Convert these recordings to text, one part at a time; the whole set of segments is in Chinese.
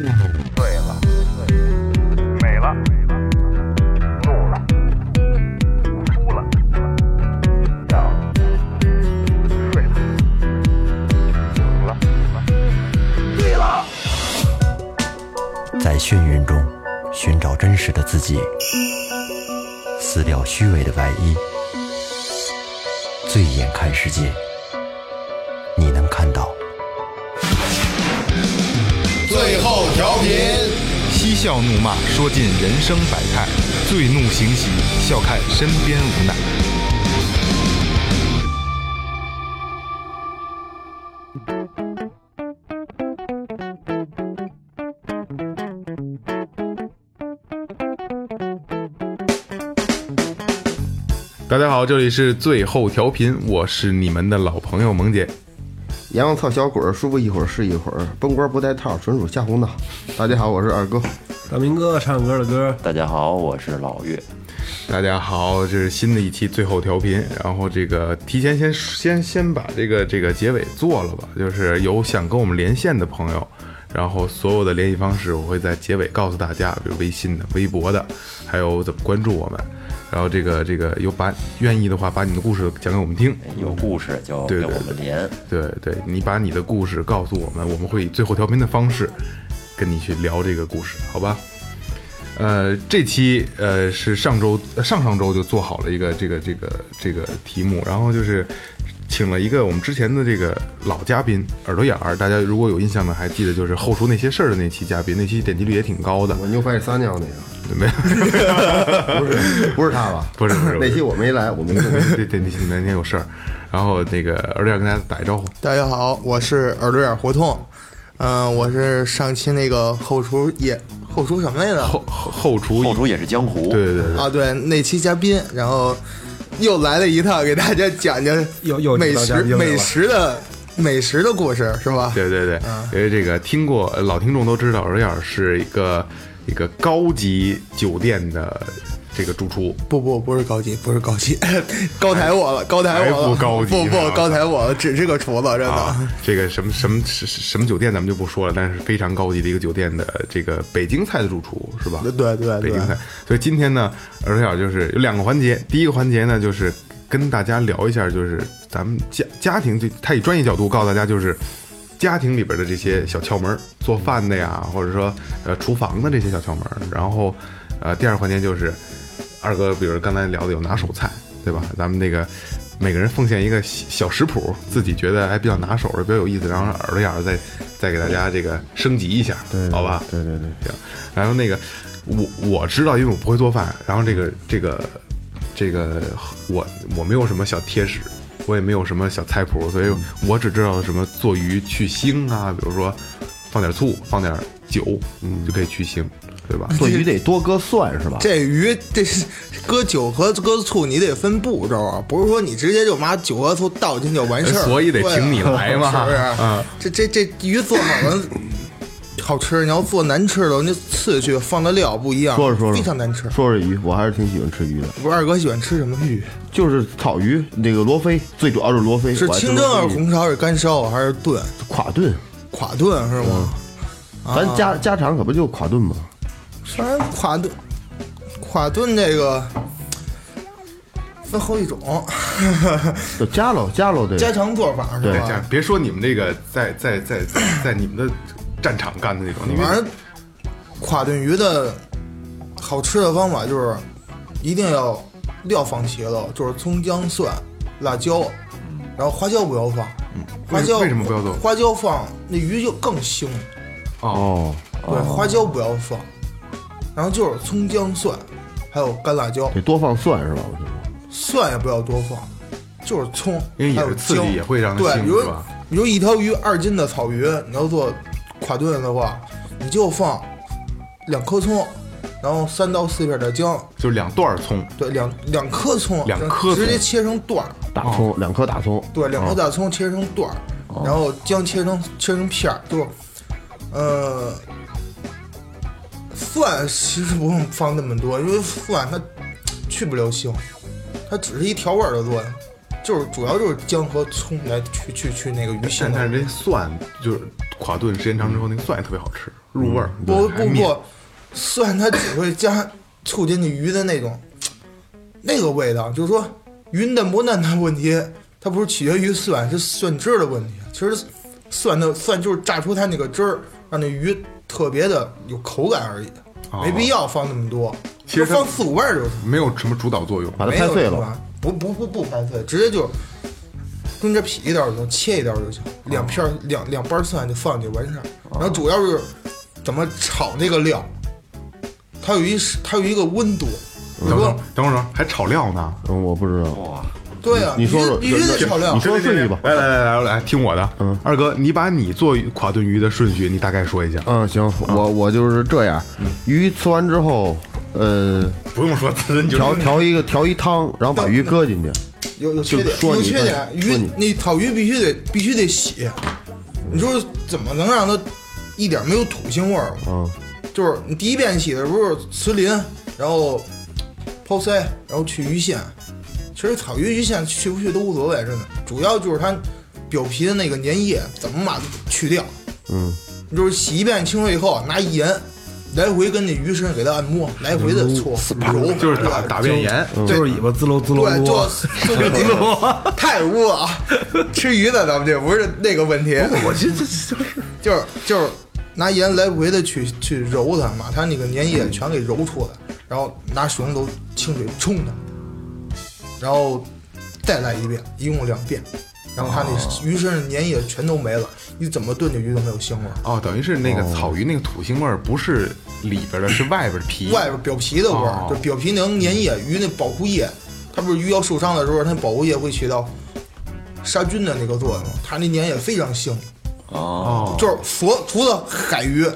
醉了，美了，怒了，哭了，笑了，睡了，醒了，醉了。在眩晕中寻找真实的自己，撕掉虚伪的外衣，醉眼看世界，你能看到。最后调频，嬉笑怒骂，说尽人生百态；醉怒行喜，笑看身边无奈。大家好，这里是最后调频，我是你们的老朋友萌姐。阎王操小鬼儿，舒服一会儿是一会儿，崩官不带套，纯属瞎胡闹。大家好，我是二哥。大明哥唱歌的歌，大家好，我是老岳。大家好，这是新的一期最后调频。然后这个提前先先先把这个这个结尾做了吧，就是有想跟我们连线的朋友，然后所有的联系方式我会在结尾告诉大家，比如微信的、微博的，还有怎么关注我们。然后这个这个有把愿意的话，把你的故事讲给我们听。有故事就对给对我们连，对对，你把你的故事告诉我们，我们会以最后调频的方式跟你去聊这个故事，好吧？呃，这期呃是上周呃上上周就做好了一个这个这个这个题目，然后就是请了一个我们之前的这个老嘉宾耳朵眼儿，大家如果有印象的还记得就是后厨那些事儿的那期嘉宾，那期点击率也挺高的，我牛排撒尿那个，没有？不是 不是他吧？不是不是不是那期我没来，我没来。对对，那期那天有事儿，然后那个耳朵眼儿跟大家打一招呼，大家好，我是耳朵眼胡同，嗯、我是上期那个后厨也后厨什么来着？后后后厨后厨也是江湖。对对对，啊，对，那期嘉宾，然后又来了一趟，给大家讲讲又又美当嘉食宾来了美食的美食的故事是吧？ 对对对，因为这个听过呃老听众都知道，尔雅是一个一个高级酒店的这个主厨，不不不是高级，不是高级， 高抬我了，高抬我还了，不高级不啊不高抬我了，只是个厨子，真的。啊，这个什么什么什什么酒店咱们就不说了，但是非常高级的一个酒店的这个北京菜的主厨是吧？对对对北京菜。所以今天呢，而小就是有两个环节，第一个环节呢就是跟大家聊一下，就是咱们家家庭这，他以专业角度告诉大家就是。家庭里边的这些小窍门儿，做饭的呀，或者说呃厨房的这些小窍门儿。然后，呃，第二个环节就是二哥，比如刚才聊的有拿手菜，对吧？咱们那个每个人奉献一个小小食谱，自己觉得还比较拿手的、比较有意思，然后让耳朵眼儿再再给大家这个升级一下，好吧？对对对，行。然后那个我我知道，因为我不会做饭，然后这个这个这个我我没有什么小贴士，我也没有什么小菜谱，所以嗯我只知道什么做鱼去腥啊，比如说放点醋，放点酒，嗯，就可以去腥，对 吧？做鱼得多搁蒜是吧？这鱼这是搁酒和搁醋，你得分步骤啊，不是说你直接就把酒和醋倒进去就完事儿。所以得对啊请你来嘛 是不是？嗯这这这鱼做好了好吃，你要做难吃的，那次去放的料不一样，说着说着非常难吃。 说说鱼，我还是挺喜欢吃鱼的，不是二哥喜欢吃什么鱼？就是草鱼，那个罗非，最主要是罗非，是我爱吃清蒸啊罗非还是红烧还是干烧还是炖？垮炖，垮炖是吗？啊咱家家常可不就垮炖吗？反正垮炖，垮炖这个分好几种就家喽家喽的，家常做法是对哎这样吧？别说你们这个在在在在在你们的战场干的那种，因为反正垮炖鱼的好吃的方法就是一定要料放齐了，就是葱姜蒜、辣椒，然后花椒不要放。花椒嗯为什么不要做花椒放那鱼就更腥。哦，对，花椒不要放，然后就是葱姜蒜，还有干辣椒，得多放蒜是吧？我觉得蒜也不要多放，就是葱，因为也还有是刺激姜也会让它对腥，比如是吧比如一条鱼二斤的草鱼，你要做垮炖的话，你就放两颗葱，然后三到四片的姜，就是两段葱，对，两两颗葱，两颗葱直接切成段儿，大葱两颗大葱，对，两颗大葱切成段儿，然后姜切成切成片儿，就是，呃，蒜其实不用放那么多，因为蒜它去不了腥，它只是一调味儿的作用，就是主要就是姜和葱来去去去那个鱼腥但的但是这蒜就是垮炖时间长之后，那个蒜也特别好吃，入味儿。嗯不还不面不，蒜它只会加促进你鱼的那种那个味道，就是说鱼嫩不嫩的问题，它不是取决于蒜，是蒜汁儿的问题。其实蒜的蒜就是榨出它那个汁儿，让那鱼特别的有口感而已，哦没必要放那么多，其实就它放四五瓣儿就行。没有什么主导作用。把它没拍有碎是了，吧？不不不不拍碎，直接就跟着劈一刀就行，切一刀就哦行，两片儿两两瓣儿蒜就放进去完事儿。然后主要是怎么炒那个料，它有一时它有一个温度。你等会说儿等会儿，还炒料呢？嗯，我不知道。哇，对啊，你说说必须得炒料你。说顺序吧来来来来来，听我的。二哥，你把你做垮炖鱼的顺序，你大概说一下。嗯，行，我我就是这样，嗯鱼吃完之后，呃，不用说词，你就调调一个调一汤，然后把鱼搁进去。有有缺点，说有你缺点，说你鱼那烤鱼必须得必须得洗。你说怎么能让它一点没有土腥味儿吗？嗯，就是你第一遍洗的时候，慈林，然后抛腮，然后去鱼线。其实草鱼鱼线去不去都无所谓，真的，主要就是它表皮的那个粘液怎么把它去掉。嗯，你就是洗一遍清水以后，拿盐来回跟那鱼身上给它按摩，来回的搓嗯揉，就是打对打遍盐。就是尾巴滋溜滋溜对，多。就就跟那个太污了啊！吃鱼的咱们这不是那个问题，我这这就是就是拿盐来回的去去揉它嘛，它那个粘液全给揉出来，然后拿水龙头清水冲它，然后再来一遍，一共两遍，然后它那鱼身上粘液全都没了，你怎么炖这鱼都没有腥味儿，哦，等于是那个草鱼那个土腥味儿不是里边的，是外边的皮。外边表皮的味儿哦，就表皮能粘液，鱼那保护液，它不是鱼要受伤的时候，它保护液会起到杀菌的那个作用，它那粘液非常腥，哦，就是所除了海鱼。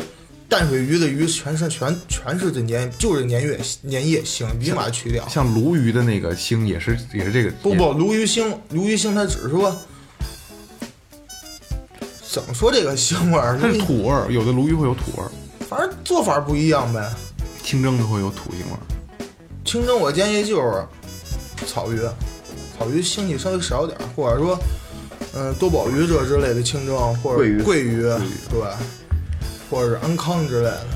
淡水鱼的鱼全是全全是这粘，就是这粘液粘液腥，你必须把它去掉。像鲈鱼的那个腥也是也是这个。不不，鲈鱼腥，鲈鱼腥它只是说，怎么说这个腥味儿？它是土味儿，有的鲈鱼会有土味儿，反正做法不一样呗。清蒸的会有土腥味儿。清蒸我建议就是草鱼，草鱼腥气稍微少点儿，或者说，嗯、多宝鱼这之类的清蒸，或者桂鱼桂鱼，对，或者是安康之类的。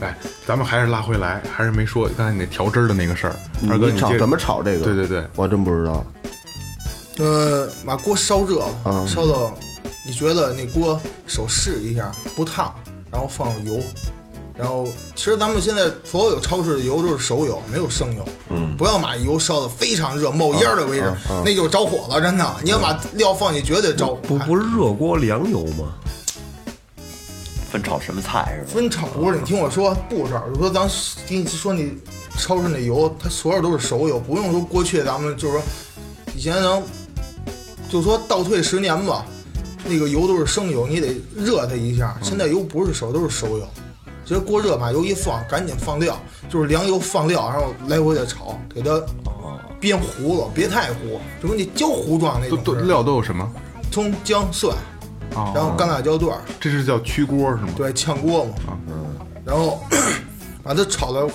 来，哎咱们还是拉回来，还是没说刚才你那调汁儿的那个事儿。二哥，你炒接着怎么？炒这个？对对啊对，我真不知道。呃，把锅烧热，嗯烧到你觉得那锅手试一下不烫，然后放油，然后其实咱们现在所有超市的油都是熟油，没有生油。嗯，不要把油烧得非常热冒烟儿的位置，那就着火了，真的。你要把料放进去绝对着火。不不是热锅凉油吗？分炒什么菜是吧？分炒不是你听我说步骤，就说咱跟你说你超市那油，它所有都是熟油，不用说过去咱们就是说以前能，就说倒退十年吧，那个油都是生油，你得热它一下。现在油不是熟，都是熟油，直接锅热把油一放，赶紧放料，就是凉油放料，然后来回的炒，给它煸糊了，别太糊，就跟你焦糊状那都种都似的。料都有什么？葱姜蒜，哦然后干辣椒段儿。这是叫曲锅是吗？对，炝锅嘛，然后把它炒到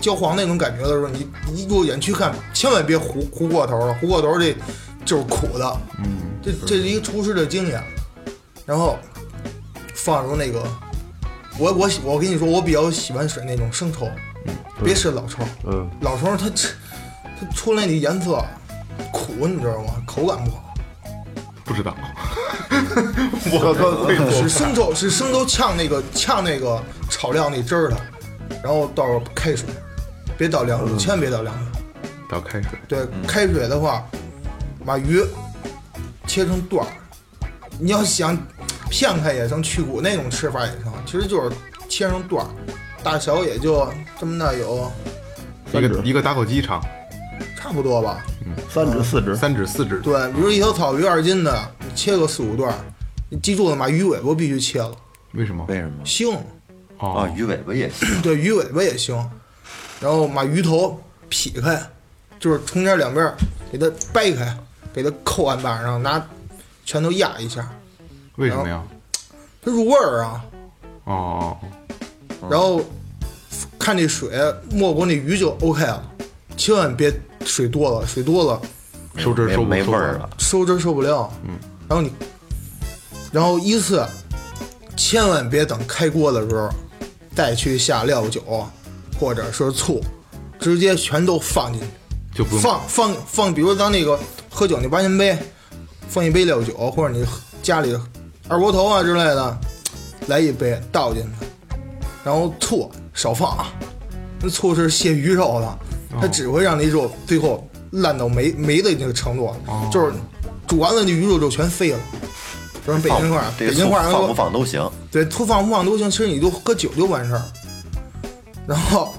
焦黄那种感觉的时候，你你入眼去看，千万别糊糊过头了，糊过头这就是苦的，嗯，这这是一个厨师的经验。然后放入那个，我我喜我跟你说，我比较喜欢使那种生抽，别使老抽，嗯，老抽它吃它出来那颜色苦，你知道吗？口感不好。不知道。嗯 哥哥，是生抽，是生抽呛那个呛那个炒料那汁儿的，然后倒开水，别倒凉水，千万别倒凉水。倒开水，对，开水的话，把鱼切成段儿。你要想片开也成，去骨那种吃法也成，其实就是切成段儿，大小也就这么大有，一三个指一个打口机长，差不多吧。三指四指，三指四指。对，比如一条草鱼二斤的，你切个四五段儿，你记住了吗？鱼尾巴必须切了，为什么？为什么？腥。啊哦，，鱼尾巴也行。对，鱼尾巴也行，然后把鱼头劈开，就是中间两边儿给它掰开，给它扣案板上，拿拳头压一下，为什么呀？它入味儿啊。哦，哦然后看这水没过那鱼就 OK 了，千万别水多了，水多了哦收汁儿没收不没收味儿汁了。收汁儿受不了。嗯，然后你，然后依次千万别等开锅的时候再去下料酒或者是醋，直接全都放进去。就不用放放放，比如咱那个喝酒那八仙杯，放一杯料酒，或者你家里二锅头啊之类的，来一杯倒进去，然后醋少放啊，那醋是泻鱼肉的，哦它只会让那肉最后烂到没没的那个程度，哦就是煮完了那鱼肉就全飞了。不是北京话，这北个京醋话人放不说放都行，对，吐放不放都行，其实你就喝酒就完事儿。然后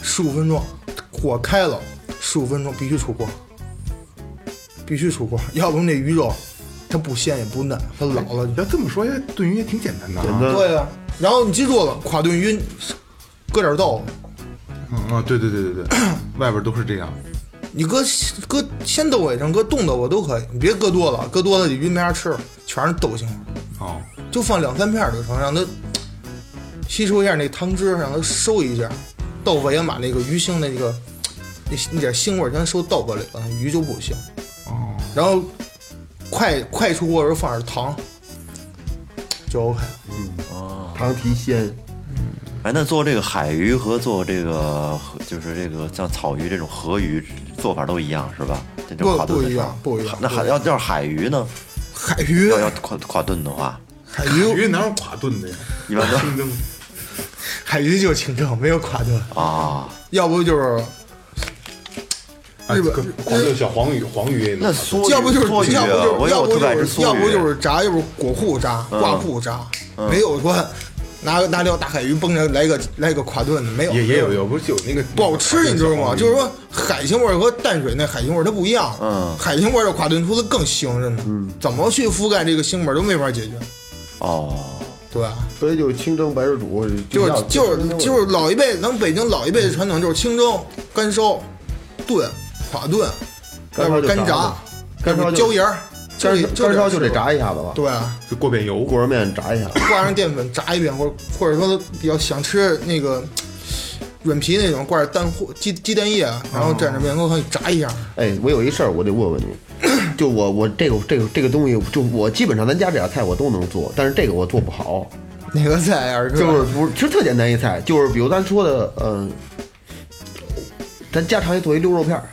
十五分钟，火开了，十五分钟必须出锅，必须出锅，要不然那鱼肉它不鲜也不嫩，它老了。要这么说，炖鱼也挺简单的啊。对呀、然后你记住了，垮炖鱼，搁点豆腐，嗯啊，对对对 对对，外边都是这样。你搁搁鲜豆腐也成，搁冻豆腐都可以，你别搁多了，搁多了这鱼没法吃了，全是豆腥味儿。哦，就放两三片儿就成，让它吸收一下那汤汁，让它收一下。豆腐也把那个鱼腥的那个那那点腥味儿全收豆腐里了，鱼就不腥。哦。然后快快出锅的时候放点糖，就 OK 了。糖提鲜，哎，那做这个海鱼和做这个河就是这个像草鱼这种河鱼做法都一样是吧？这种不垮炖的不一时候样不一样那海不一要要是海鱼呢？海鱼，要要垮垮炖的话，海鱼，鱼哪有垮炖的呀？一 般都清蒸海鱼就是清蒸，没有垮炖，啊。要不就是哎日本跟垮炖小黄鱼，黄鱼也那能垮炖。梭鱼要不就是梭鱼要啊，不就我有是要我不特别爱就吃梭是鱼，嗯要不就是炸，要不果护炸、挂裤炸，没有说拿拿条大海鱼崩着来个来个垮炖的，没有也也有有，不是有那个不好吃，你知道吗？小黄鱼就是说海腥味儿和淡水那海腥味儿它不一样，嗯海腥味儿的垮炖出的更腥着呢，嗯怎么去覆盖这个腥味儿都没法解决，哦，对吧。所以就是清蒸白水煮，就是要就是就清是老一辈，咱们北京老一辈的传统就是清蒸、干烧、炖、垮炖，要干不烧就干炸炸了，干烧要不就椒盐儿，蒸就干干烧就得，炸一下子吧，就这样对啊。就过遍油，锅儿面炸一下，挂上淀粉炸一遍，或者或者说比较想吃那个软皮那种，挂点蛋糊鸡鸡蛋液，啊然后蘸着面给你炸一下。哎，我有一事儿，我得问问 你，就我我这个这个这个东西，就我基本上咱家这点菜我都能做，但是这个我做不好，哪个菜啊呀、二哥？就是不是其实特简单一菜，就是比如咱说的，嗯、咱家常也做一溜肉片儿，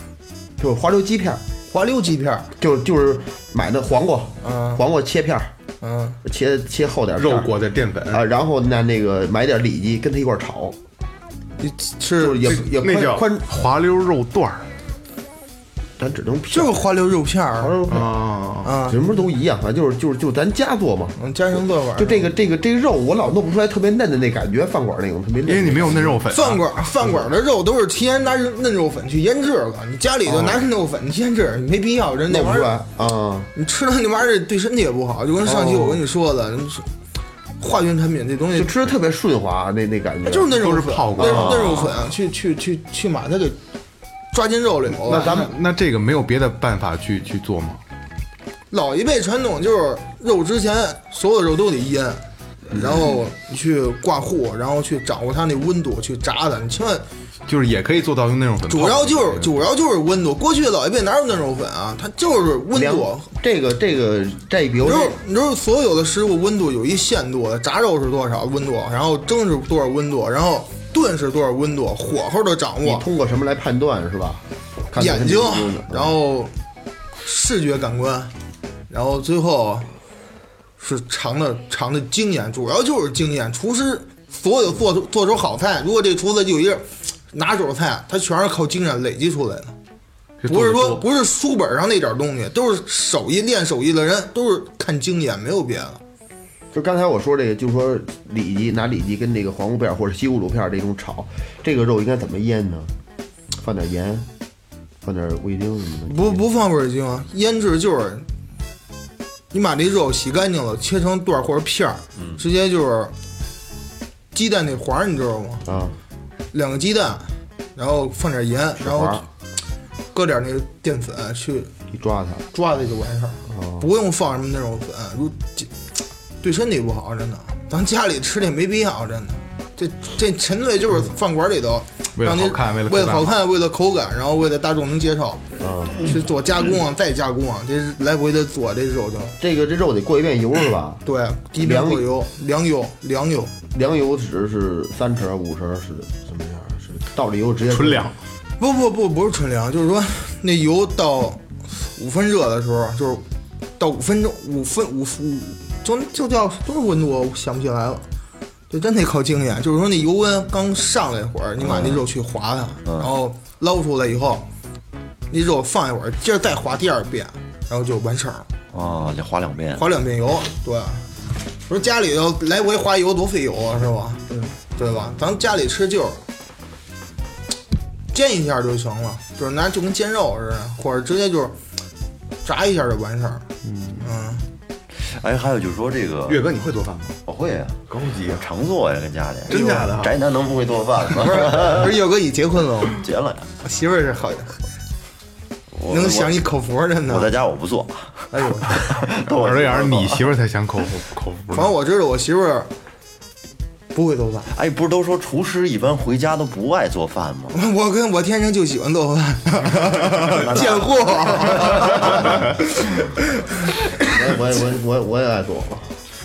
就是滑溜鸡片儿，滑溜鸡片儿，就是就是买的黄瓜，嗯黄瓜切片儿，嗯，切切厚点儿片肉儿裹在淀粉，啊，然后那那个买点里脊跟它一块儿炒，你就吃是也这也那宽叫宽，滑溜肉段儿咱只能就是滑溜肉片滑儿溜片儿，啊。啊，什么都一样，反正就是就是就是咱家做嘛。嗯，家常做法儿。就这个这个这个肉，我老弄不出来特别嫩的那感觉，饭馆那种特别嫩。因为你没有嫩肉粉啊，饭馆饭馆的肉都是提前拿嫩肉粉去腌制了，你家里就拿嫩肉粉去腌制，你没必要人那哦弄不出玩意来儿，啊，你吃了那玩意儿对身体也不好。就跟上期我跟你说的，人说化学产品这东西就吃的特别顺滑，啊那那感觉。就是那肉都是粉泡过那的那肉粉啊去去去去把它给抓进肉里头了。那咱们那这个没有别的办法去去做吗？老一辈传统就是肉之前所有肉都得腌，然后你去挂糊，然后去掌握它那温度去炸它。你千万就是也可以做到用那种粉泡主过的那要个，就是主要就是温度。过去老一辈哪有嫩肉粉啊？它就是温凉度。这个这个这比你如知这道你知道所有的食物温度有一限度的，炸肉是多少温度，然后蒸是多少温度，然后炖是多少温度，火候的掌你握。通过什么来判断是吧？看眼睛看看，然后视觉感官，然后最后是尝的尝的经验，主要就是经验。厨师所有做做出好菜，如果这厨子就有一个拿手菜，他全是靠经验累积出来的，就不做是得说多不是书本上那点东西，都是手艺练手艺的人都是看经验，没有别的。就刚才我说这个，就是说里脊拿里脊跟那个黄瓜片儿或者西葫芦片儿这种炒，这个肉应该怎么腌呢？放点盐，放点味精什么的。不不放味精啊，腌制就是你把这肉洗干净了，切成段儿或者片儿，直接就是鸡蛋那黄儿，你知道吗？啊，两个鸡蛋，然后放点盐，然哦后滑搁点那个淀粉去一抓它，抓它就完事儿，不用放什么那种粉，如这对身体不好，真的。咱家里吃这没必要，真的。这这纯粹就是饭馆里头为了让你好看为了口感为了好看，为了口感，然后为了大众能接受，去做加工啊，再加工啊，这是来回的做这肉就这个这肉得过一遍油是吧？ 对，低凉边过油，凉油，凉油，凉油指是三成、五成是什么样？是倒里油直接纯粮，不不不，不是纯凉，就是说那油到五分热的时候，就是到五分钟五分五五就就叫多少温度我想不起来了，就真得靠经验。就是说那油温刚上来一会儿，你把那肉去划它，然后捞出来以后，那肉放一会儿，接着再划第二遍，然后就完事儿了，哦，得划两遍。划两遍油。对，说家里头来回划油多费油啊，是吧？嗯，对吧？咱家里吃就是煎一下就行了，就是拿就跟煎肉似的，或者直接就是炸一下就完事儿。嗯哎，还有就是说这个，岳哥，你会做饭吗？我会啊，高级我啊！常做呀，跟家里。哎真假的啊宅男能不会做饭吗？ 不是耀哥，你结婚了吗？结了呀，我媳妇儿是好，我能享一口福真我我在的。啊家我不做，哎呦， 都耳朵眼儿，你媳妇儿才想口服口服呢。反正我知道我媳妇儿不会做饭。哎，不是都说厨师一般回家都不爱做饭吗？我跟我天生就喜欢做 饭，贱 货。我我我我我也爱做，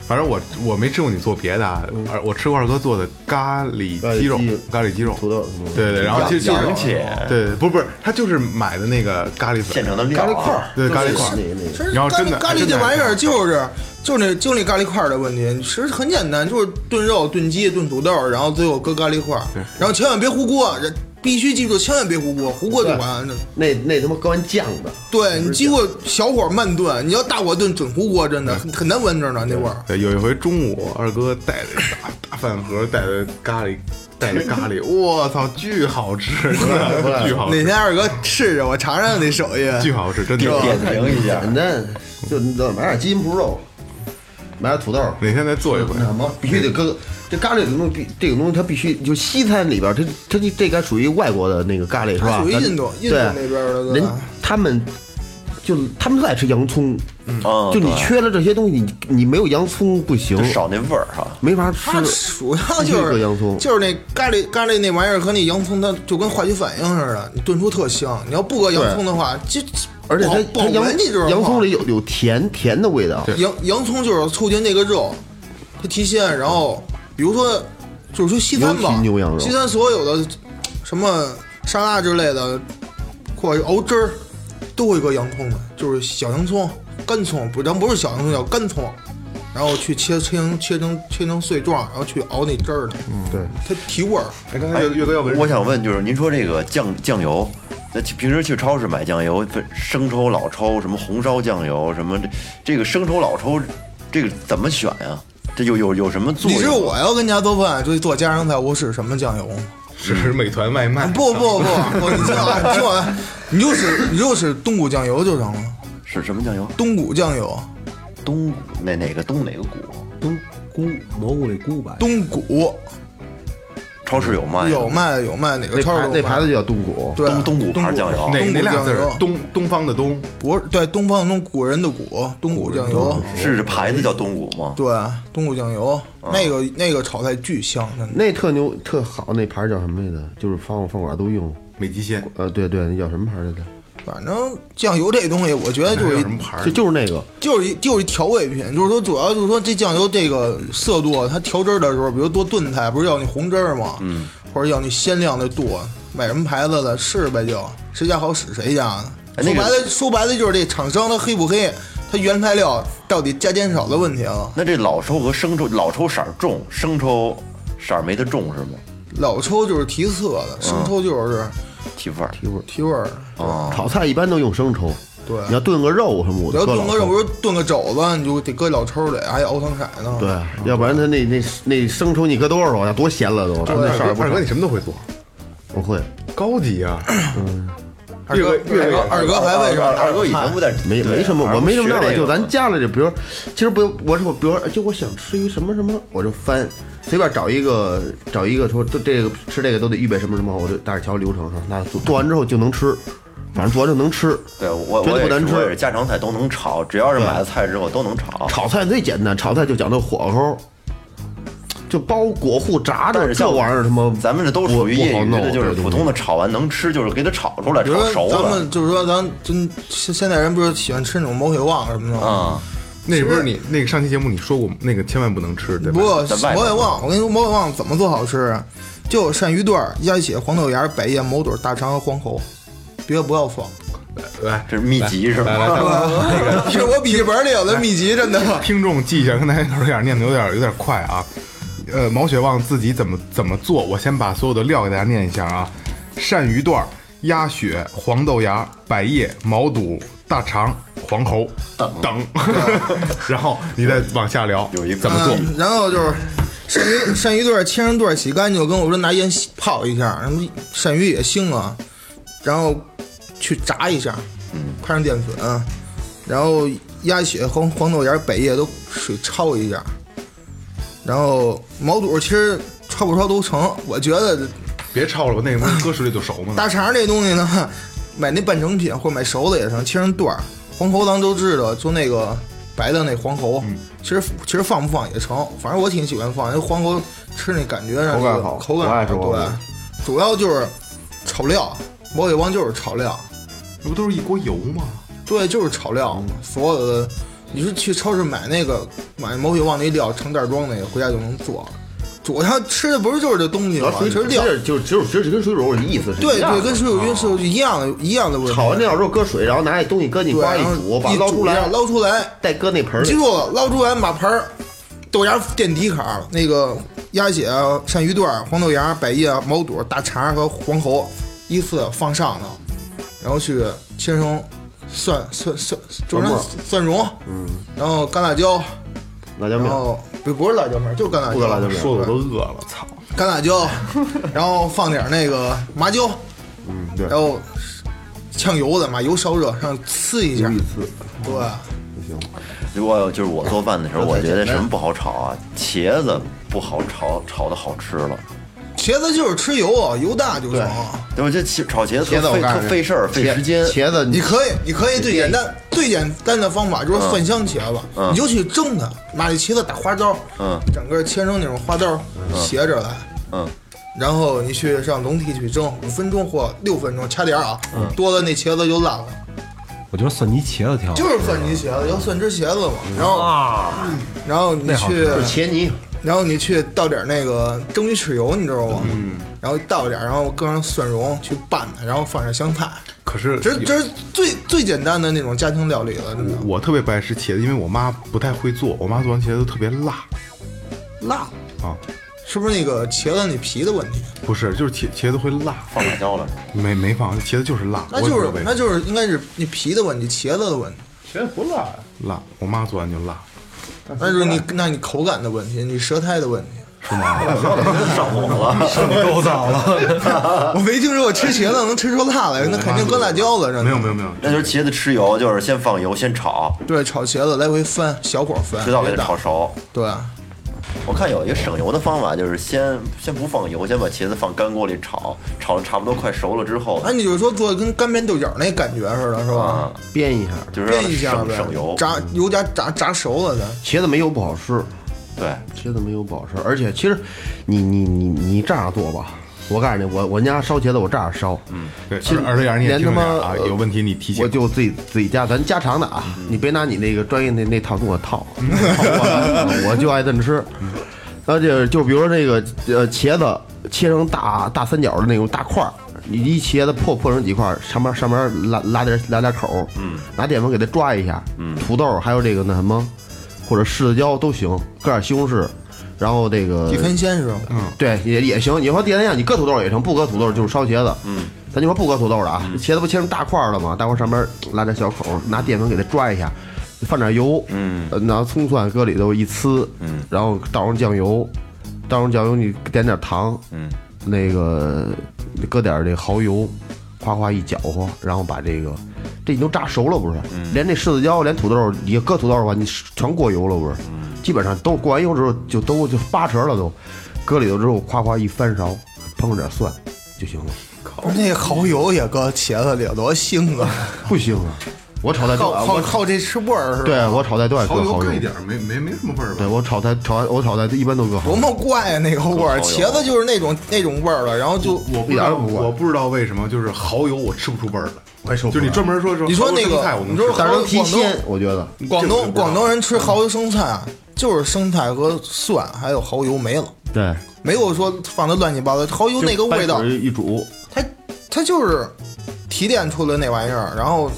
反正我我没吃过你做别的，啊，而我吃过二哥做的咖喱鸡肉咖喱鸡，咖喱鸡肉，土豆对对，然后就洋就洋气对，对不是不是，他就是买的那个咖喱粉，现成的料啊，对咖喱块那儿，个那个。然后咖真喱的咖喱真的哎这还玩意儿真就是就那就那咖喱块儿的问题，其实很简单，就是炖肉、炖鸡、炖土豆，然后最后搁咖喱块儿，然后千万别糊锅，人必须记住千万别糊锅，糊锅就完了。那那他妈搁完酱的，对你经过小火慢炖，你要大火炖准糊锅，真的很很难闻着呢那味儿。对，有一回中午，二哥带着大大饭盒，带着咖喱，带着咖喱，我操，巨好吃，真的巨好哪吃，天二哥试试，我尝尝那手艺。巨好吃，真的。点评一下。简单，就你买点鸡胸脯肉，买点土豆，哪天再做一回那，嗯什么必须得搁这咖喱这个东西必，这个东西它必须就西餐里边儿，它它这这该属于外国的那个咖喱是吧？属于咱印度印度对那边儿的对人吧他们就他们都爱吃洋葱，嗯，哦就你对缺了这些东西，你你没有洋葱不行就，少那味儿哈。没法它吃。主要就一个洋是葱就是那咖喱咖喱那玩意儿和那洋葱，它就跟化学反应似的，你炖出特香。你要不搁洋葱的话，就而且它保它保洋温你知道吗？洋葱里有有甜甜的味道，洋洋葱就是促进那个肉它提鲜，然后比如说就是说西餐尤吧其，牛羊肉西餐所有的什么沙拉之类的，或者熬汁儿，都会搁洋葱的，就是小洋葱、干葱，不，咱不是小洋葱，叫干葱。然后去切切成切成切成碎状，然后去熬那汁儿呢。嗯，对，它提味儿。哎，刚才岳岳哥要问，我想问，就是您说这个酱酱油，那平时去超市买酱油，不是生抽、老抽，什么红烧酱油，什么这这个生抽、老抽，这个怎么选呀、这有有有什么作你用？知道我要跟家做饭，就做家常菜，我使什么酱油吗？是美团外哎卖，不不不，不你听我的，你听我的，你就使你就使冬菇酱油就行了。是什么酱油？冬菇酱油，冬菇哪哪个冬哪个菇？冬菇蘑菇那菇吧，冬菇超市有卖的有卖的有卖哪个那超市牌有卖哎那牌子就叫冬骨，对冬冬骨牌酱油哪冬哪菇俩酱字儿油？东东方的东，不是对东方那种古人的古冬菇酱油，是这牌子叫冬骨吗？对冬菇酱油嗯那个那个炒菜巨香，真的。那特牛特好，那牌儿叫什么来着？就是饭饭馆都用，美极鲜，呃，对对，那叫什么牌儿来着？反正酱油这东西，我觉得就还是有一什么牌儿就？就是那个，就是一就是一调味品，就是说主要就是说这酱油这个色度，啊它调汁儿的时候，比如多炖菜，不是要那红汁儿吗？嗯，或者要那鲜亮的度，买什么牌子的试呗就，谁家好使谁家呢。哎说那个白了，说白了就是这厂商它黑不黑，它原材料到底加减少的问题啊了。那这老抽和生抽，老抽色儿重，生抽色儿没得重是吗？老抽就是提色的，啊生抽就是提味儿。提味儿的。炒菜一般都用生抽，对你要炖个肉什么，我你要就搁老炖个肉，比抽。如炖个肘子，你就得搁老抽里，还得熬糖色呢。对，要不然它那那那生抽你搁多少啊？多咸了都，二那色儿哥，不二哥，成你什么都会做，我会，高级啊！二哥，越来越二哥二哥还为什么？二哥以前不在，没对没什么，二哥我没什么学料这理，个就咱加了这，比如，其实不用，我说我比如说，就我想吃一什么什么，我就翻，随便找一个找一个说都这个吃这个都得预备什么什么，我就大致瞧流程上，那做做完之后就能吃，反正做完就能吃。对我绝我对也不难是吃我也是家常菜都能炒，只要是买了菜之后都能炒。炒菜最简单，炒菜就讲究火候，就包裹糊炸但的是这像玩意儿，他妈咱们这都属于不不业好余弄的，就是这东普西通的炒完能吃，就是给它炒出来，比如炒熟说咱了们就是说，咱真现现在人不是喜欢吃那种毛血旺什么的吗？啊。那不是你那个上期节目你说过那个千万不能吃，对吧？不过在外面毛血旺，我跟你说，毛血旺怎么做好吃啊？就有鳝鱼段儿、鸭血、黄豆芽、百叶、毛肚、大肠和黄喉，别的不 要放。来这是秘籍是来来，吧？咱们是我笔记本里有的秘籍，真的。哎听众记一下，刚才有点念的有点有点快啊。呃，毛血旺自己怎么怎么做？我先把所有的料给大家念一下啊：鳝鱼段、鸭血、黄豆芽、百叶、毛肚、大肠、黄喉等等，然后你再往下聊，有一怎么做？嗯然后就是鳝鱼鳝鱼段儿切成段儿洗干净，跟我说拿盐洗泡一下，然后鳝鱼也腥了，然后去炸一下，嗯拍上淀粉，啊然后鸭血、黄黄豆芽、百叶都水焯一下，然后毛肚其实焯不焯都成，我觉得别焯了吧，那个不是搁水里就熟嗯吗？大肠这东西呢， 买那半成品或者买熟的也成，切成段儿。黄喉咱都知道，就那个白的那黄喉，嗯其实其实放不放也成，反正我挺喜欢放，因为黄喉吃那感觉上口感就好口感我爱吃黄喉对，主要就是炒料，毛血旺就是炒料，那不都是一锅油吗？对，就是炒料嗯嘛，所有的。你是去超市买那个买毛血旺那料成袋装那个，回家就能做。主要吃的不是就是这东西主要嘛，水其实煮，料其，实就就是其实跟水煮的意思是对一样对，的啊跟水煮鱼是有一样的一样的味道。炒完料之后搁水，然后拿那东西搁进去对，呱一然后煮，把一它捞煮出一下来，捞出来，再搁那盆儿记里。住了，捞出来把盆儿豆芽垫底坎儿，那个鸭血、啊鳝鱼段儿、黄豆芽、百叶、啊毛肚、大肠儿和黄喉依次放上头，然后去切成蒜蒜蒜，就蒜是末蒜蓉，嗯，然后干辣椒，辣椒然面，后不不是辣椒面儿，就是干辣椒，不搁辣椒面，说的我都饿了，操！干辣 椒，然后放点儿那个麻椒，嗯，对，然后呛油的，把油烧热，上呲一下一，次对。如果就是我做饭的时候，我觉得什么不好炒啊？茄子不好炒，炒的好吃了。茄子就是吃油啊，油大就成。对，我觉得茄炒茄子茄子特我费告诉特你费事儿，费时间。茄子你你可以，你可以最简单最简单的方法就是蒜香茄子，嗯你就去蒸它，把那茄子打花刀，嗯整个切成那种花刀，斜着来，嗯，然后你去上笼屉去蒸五分钟或六分钟，掐点儿啊，多了那茄子就烂了。我觉得蒜泥茄子挺好，就是蒜泥茄子，要蒜汁茄子嘛。嗯然后，啊然后你去，茄泥，然后你去倒点那个蒸鱼豉油，你知道吗？嗯然后倒点儿，然后搁上蒜蓉去拌它，然后放点香菜。可是这这是最最简单的那种家庭料理了，真的。嗯我特别不爱吃茄子，因为我妈不太会做，我妈做完茄子都特别辣辣啊。是不是那个茄子那皮的问题？不是，就是茄茄子会辣，放辣椒了，没没放，茄子就是辣，那我也就不知是道为什么那就是应该是你皮的问题，茄子的问题，辣，我妈做完就辣，嗯那就是你那你口感的问题，你舌苔的问题。上火了。够早了。啊我没听说过吃茄子能吃出辣来，那肯定搁辣椒了，真没的有。没有没有，那就是茄子吃油，就是先放油，先炒，对，炒茄子来回翻，小火翻，直到给别它大炒。熟。对，啊我看有一个省油的方法，就是先先不放油，先把茄子放干锅里炒，炒的差不多快熟了之后，哎，你就是说做的跟干煸豆角那感觉似的，是吧？啊，煸一下。就是让煸它一下省呗省油，，炸油加炸炸熟了的，茄子没油不好吃，对，茄子没有不好吃，而且其实你你你你这样做吧，我告诉你，我我家烧茄子我这样烧，嗯，对，其实而而且你也连听着点他妈啊，呃有问题你提我醒。就自己自己家咱家常的啊，你别拿你那个专业那那套跟我套， 套我我就爱这么吃。而且就比如说这个呃茄子切成大大三角的那种大块儿，你一茄子破破成几块儿，上面上面拉拉点拉点口儿，拿淀粉给它抓一下，土豆还有这个那什么，或者柿子椒都行，搁点西红柿，然后这个几分鲜是吧？对，也也行。你说第三样，你搁土豆也成，不搁土豆就是烧茄子。嗯，咱就说不搁土豆的啊，茄子不切成大块儿了吗？大块儿上边儿拉点小口儿，拿淀粉给它抓一下，放点油，嗯，拿葱蒜搁里头一呲，嗯，然后倒上酱油，倒上酱油你点点糖，嗯，那个搁点这蚝油，夸夸一搅和，然后把这个。这已经炸熟了，不是？连这柿子椒，连土豆，你搁土豆的话，你全过油了，不是？基本上都过完油之后，就都就八成了都。搁里头之后，夸夸一翻勺，烹上点蒜就行了。那蚝油也搁茄子里，多腥啊！不行啊，我炒菜 靠段，靠我靠这吃味儿是吧？对我炒菜段搁蚝油蚝搁一油，点儿，没没没什么味儿吧？对我炒菜炒完我炒菜一般都搁蚝多油。么怪呀、那个味儿，靠茄子就是那种那种味儿了，然后就我不知一点儿道，都不怪我不知道为什么，就是蚝油我吃不出味儿来，我也受不就了是你专门说说，你说那个菜我能你吃说出来，但是都提广东鲜，我觉得广嗯这个就东不知道广东人吃蚝油生菜啊，就是生菜和蒜还有蚝油没了，对，没有说放的乱七八糟，蚝油那个味道就白，水一煮，它它就是提炼出来那玩意儿，然后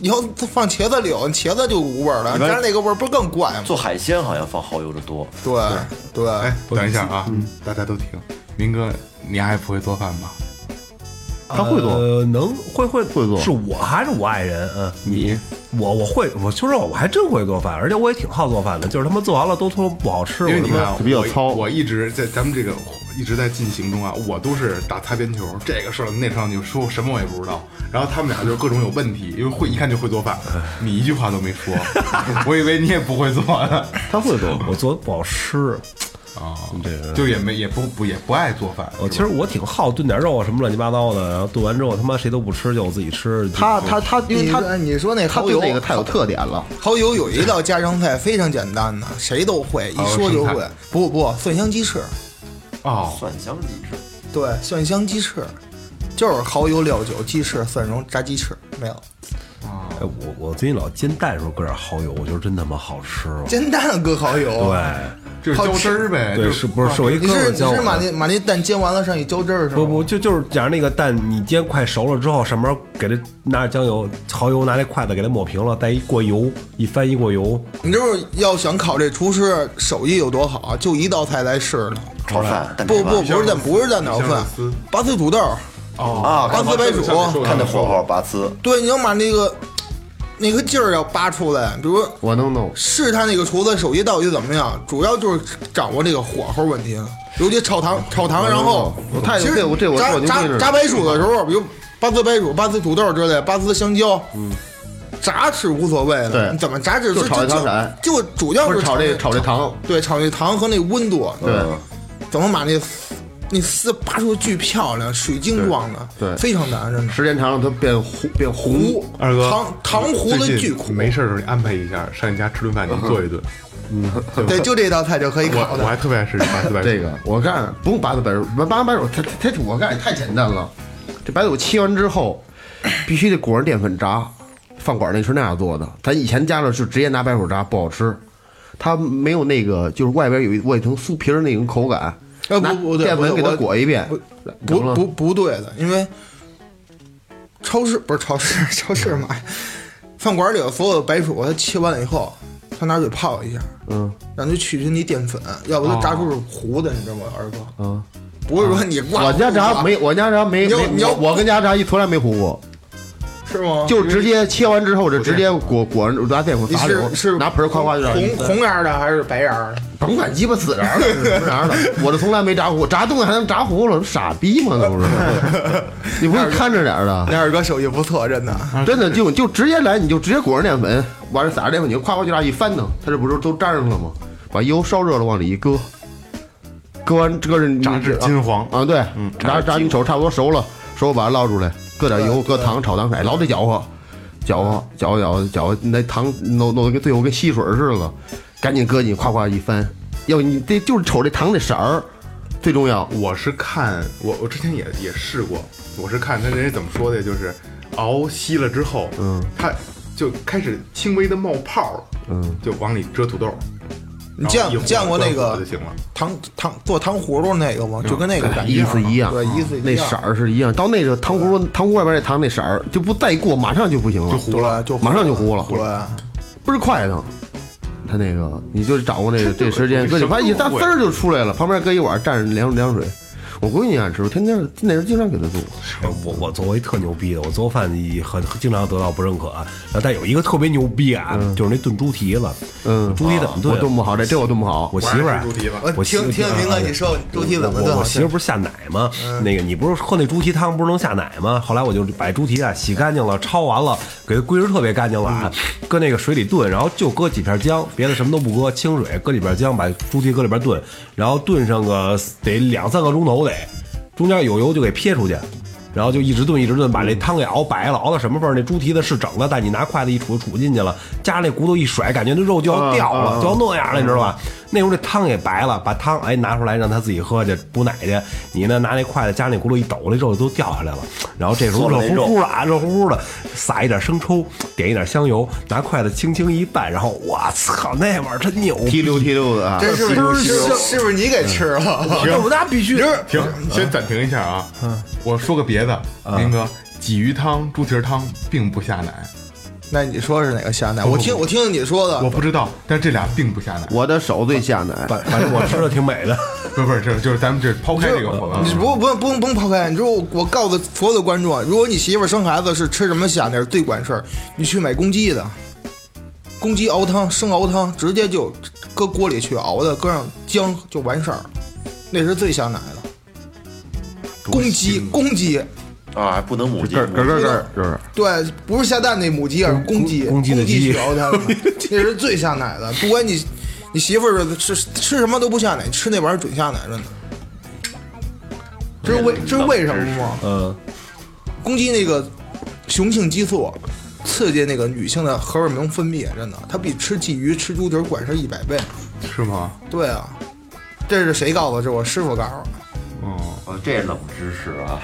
你要放茄子里头，茄子就无味儿了，一般但是那个味儿不是更怪吗？做海鲜好像放蚝油的多，对对，哎，等一下啊，大家都听，明哥，你还不会做饭吧？啊他会做呃，能会会会做是我还是我爱人？嗯，你我我会，我就说我还真会做饭，而且我也挺好做饭的，就是他妈做完了都他妈不好吃，因为你看我他妈啊，比较糙我我一直在咱们这个一直在进行中啊，我都是打擦边球，这个事儿那事儿你说什么我也不知道。然后他们俩就是各种有问题，因为会一看就会做饭，你一句话都没说，我以为你也不会做呢，哦他会做，我做的不好吃。就也没也不不也不爱做饭。我呃其实我挺好炖点肉啊，什么乱七八糟的，然后炖完之后他妈谁都不吃，就我自己吃。他他他，因为你他说你说那他蚝对油那个太有特点了，蚝油有一道家常菜非常简单的，谁都会，一说就生会菜。不不，蒜香鸡翅，哦，蒜香鸡翅。对，蒜香鸡翅，就是蚝油、料酒、鸡翅、蒜蓉、炸鸡翅，没有哎，我我最近老煎蛋的时候搁点蚝油，我觉得真他妈好吃。哦煎蛋搁蚝油。就对是浇汁儿呗，就对，是不是是我一你哥们哎是儿你教我是把的？那把那蛋煎完了上去浇汁儿是吗？不不，就就是假如那个蛋你煎快熟了之后，上面给它拿着酱油、蚝油，拿那筷子给它抹平了，再一过油，一翻一过油，你就是要想考这厨师手艺有多好啊，就一道菜来试了。炒饭蛋不炒不饭不是蛋不是蛋炒鱼香饭肉丝，拔丝土豆，哦啊，拔丝白薯，看那火候，拔丝，对，你要把那个那个劲儿要扒出来，比如。我能弄。试探那个厨子手艺到底怎么样，主要就是掌握这个火候问题了。尤其炒糖，炒糖，然后我太其实这我这我炸我就炸记着炸白薯的时候，比如八丝白薯、八丝土豆之类，八丝香蕉，嗯，炸是无所谓的，对你怎么炸只就炒一就糖色就主要不是是炒这炒这糖，对，炒嗯那糖和那温度，对，怎么把那丝那丝扒出巨漂亮，水晶状的，对对非常 难，真的。时间长了它变糊变糊糊，二哥糖糖糊的最巨近苦，没事的时候你安排一下，上你家吃顿饭，你做一顿。对，就这道菜就可以烤我我的。还特别爱吃八四白薯这个我干不用八字白薯，八字白薯它它它我干也太简单了。这白薯切完之后，必须得裹上淀粉炸。饭馆那是那样做的，咱以前家里是直接拿白薯炸，不好吃。它没有那个，就是外边有一外层酥皮儿那种口感。呃拿不不对淀粉不给对它我裹一遍，不行了不不对的，因为超市不是超市， 超市买饭馆里的所有的白薯，它切完了以后，他拿水泡一下，嗯，让它去去那淀粉，要不它炸出是糊的，你知道吗，二哥？嗯，不是说你挂我家糊炸啊没，我家炸没你要没，你要我我跟家炸一从来没糊过，是吗？就直接切完之后就直接裹裹上拿淀粉你撒是流，是拿盆儿夸夸就炸。红红瓤儿的还是白瓤儿的？甭管鸡巴死瓤儿了是什么瓤儿的，我这从来没炸糊，炸东西还能炸糊了，傻逼吗？那不 是，你不是看着点儿的，那二哥手艺不错，真的。真的就就直接来，你就直接裹上淀粉，完了撒上淀粉，你就夸夸就炸一翻腾，它这不是都粘上了吗？把油烧热了往里一搁，搁完搁着炸至金黄，啊，对，炸炸你手差不多熟了，熟了把它捞出来，搁点油，搁糖，炒糖色，老得搅和，搅和，搅和，搅和，搅和，那糖弄弄得跟最后跟吸水似的，赶紧搁进去，夸夸一翻，要你这就是瞅这糖的色儿最重要，我是看我我之前也也试过，我是看他人家怎么说的，就是熬稀了之后，嗯，它就开始轻微的冒泡了，嗯，就往里遮土豆。你见然后一会儿见过那关个火就行了。糖糖做糖葫芦那个吗？就跟那个感觉意思一样，对，意思那一样色。儿是一样，到那个糖葫芦糖葫芦外边那糖那色儿就不再过，马上就不行了，糊哎了，就马上就糊了糊了。倍儿快的。它那个，你就掌握这个这时间，这搁你发现一大什么丝儿就出来了，旁边搁一碗蘸着凉凉水。我闺女爱吃，我天天那时候经常给她做。哎我我做过一特牛逼的，我做饭也很很经常得到不认可啊。然后但有一个特别牛逼啊，就是那炖猪蹄子。嗯猪蹄怎么炖？啊我炖不好这，这我炖不好。我媳妇儿啊我爱吃猪蹄子我我媳妇听听明哥你说猪蹄怎么炖我我嗯媳妇儿不是下奶吗？那个你不是喝那猪蹄汤不是能下奶吗？后来我就把猪蹄啊洗干净了，焯完了，给它归置特别干净了啊，搁那个水里炖，然后就搁几片姜，别的什么都不搁，清水搁里边姜，把猪蹄搁里边炖，然后炖上个得两三个钟头得，中间有油就给撇出去。然后就一直炖一直炖，把这汤给熬白了，熬到什么味儿？那猪蹄子是整的，但你拿筷子一杵杵进去了，加那骨头一甩，感觉那肉就要掉了，就要那样了，你知道吧？那时候这汤也白了，把汤哎拿出来让他自己喝去补奶去，你呢拿那筷子夹那骨头一抖，那肉都掉下来了。然后这时候热乎乎的啊，热乎乎的，撒一点生抽，点一点香油，拿筷子轻轻一拌，然后我操，那玩意儿真牛逼！提溜提溜的啊，这是不是是是不是你给吃了？我们大家必须停，先暂停一下啊。我说个别的，林哥，鲫鱼汤、猪蹄儿汤并不下奶， 那你说是哪个下奶？不我听我听听你说的我，不知道，但这俩并不下奶。我的手最下奶，反反正我吃的挺美的。不是不是，这就是咱们这抛开这个火你了。啊不不不用不用抛开，你说我我告诉所有的观众，啊如果你媳妇儿生孩子是吃什么虾，那是最管事儿。你去买公鸡的，公鸡熬汤，生熬汤，直接就搁锅里去熬的，搁上姜就完事儿，那是最下奶的。公鸡公鸡，啊，还不能母鸡，咯咯咯咯，就是对，不是下蛋那母鸡，啊而是公鸡，公公公鸡的鸡去熬汤的，那是最下奶的。不管你你媳妇儿是吃吃什么都不下奶，吃那玩意儿准下奶，真的。这是为这是为什么吗？嗯，攻击那个雄性激素，刺激那个女性的荷尔蒙分泌，真的，它比吃鲫鱼、吃猪蹄儿管事一百倍。是吗？对啊，这是谁告诉我？这是我师傅告诉我的。哦，哦，这冷知识啊，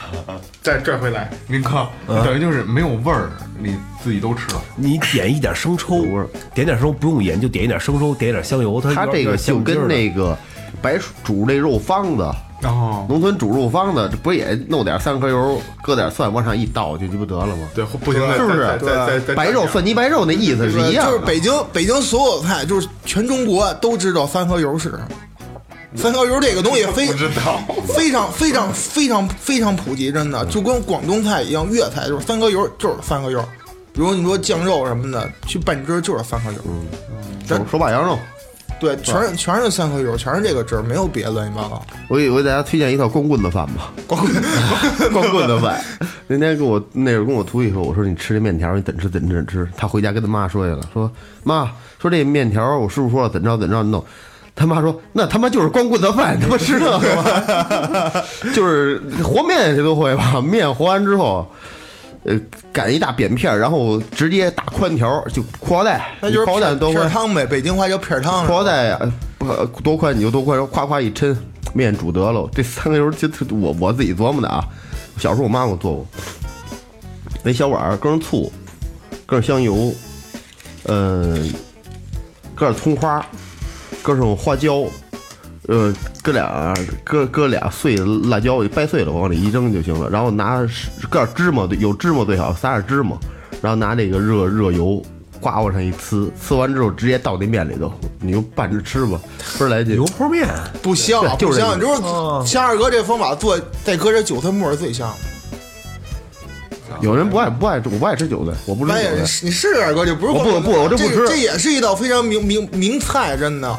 再拽回来，林哥，等于就是没有味儿，你自己都吃了。你点一点生抽，点点生抽不用盐，就点一点生抽，点一点香油，它它这个就跟那个白煮那肉方子，然后农村煮肉方子，这不也弄点三合油，搁点蒜往上一倒，就鸡不得了吗？对，不行，再是不再再再是？再白肉蒜泥白肉那意思是一样就是的。北京北京所有菜，就是全中国都知道三合油是什么。三合油这个东西非不知道。非常非常非常非常普及，真的就跟广东菜一样，粤菜就是三合油，就是三合油。比如你说酱肉什么的，去拌汁儿就是三合油。嗯手手把羊肉，对，全是全是三合油，全是这个汁儿，没有别的乱七八糟。我给我给大家推荐一套光棍子饭吧，光棍嗯 光棍子饭。那天跟我那会儿跟我徒弟说，我说你吃这面条，你怎吃怎吃吃。他回家跟他妈说去了，说妈说这面条，我师傅说了怎着怎着弄。他妈说：“那他妈就是光棍子饭，他妈吃这个吧， 就是和面谁都会吧？面和完之后，呃，擀一大扁片儿，然后直接打宽条儿，就裤腰带，那就是你裤腰带都片会片儿汤呗，北京话叫片儿汤。啊裤腰带呀，呃多宽你就多宽，然后夸夸一抻，面煮得了。这三个油其实我我自己琢磨的啊，小时候我妈给我做过，那小碗儿搁上醋，搁上香油，呃，搁点葱花，搁上花椒，呃，搁俩搁搁俩碎的辣椒，掰碎了往里一扔就行了。然后拿搁点芝麻，有芝麻最好，撒点芝麻，然后拿这个热热油。呱往上一呲，呲完之后直接倒那面里头，你就拌着吃吧，倍儿来劲油。泼面，不香啊，对就是这嗯不香。你意说像二哥这方法做，再搁点韭菜末儿最香。有人不爱不爱吃，我不爱吃韭菜，我不吃咱韭也菜。哎是，你试试二哥，这不是我不光棍不我这不吃这这也是一道非常名名名菜，真的，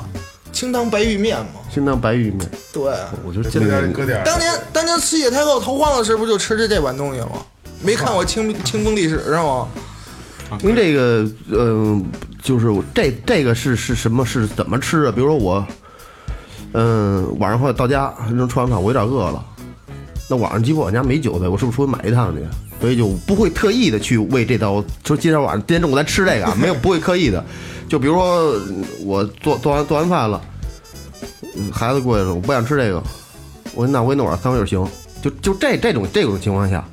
清汤白玉面嘛。清汤白玉面，对，我觉得这真边的儿搁点儿当年当年慈禧太后逃荒的时候，不就吃这这碗东西吗？没看过清清宫历史上吗？因为这个，嗯、就是我这这个是是什么是怎么吃啊？比如说我，嗯、晚上或者到家正吃完饭，我有点饿了，那晚上鸡我俺家没韭菜，我是不是出去买一趟去？所以就不会特意的去为这道说今天晚上今天中午咱吃这个啊，没有不会刻意的。就比如说嗯我做做完做完饭了，嗯孩子过去了，我不想吃这个，我说那我给你弄碗三文鱼行。就就这这种这种情况下，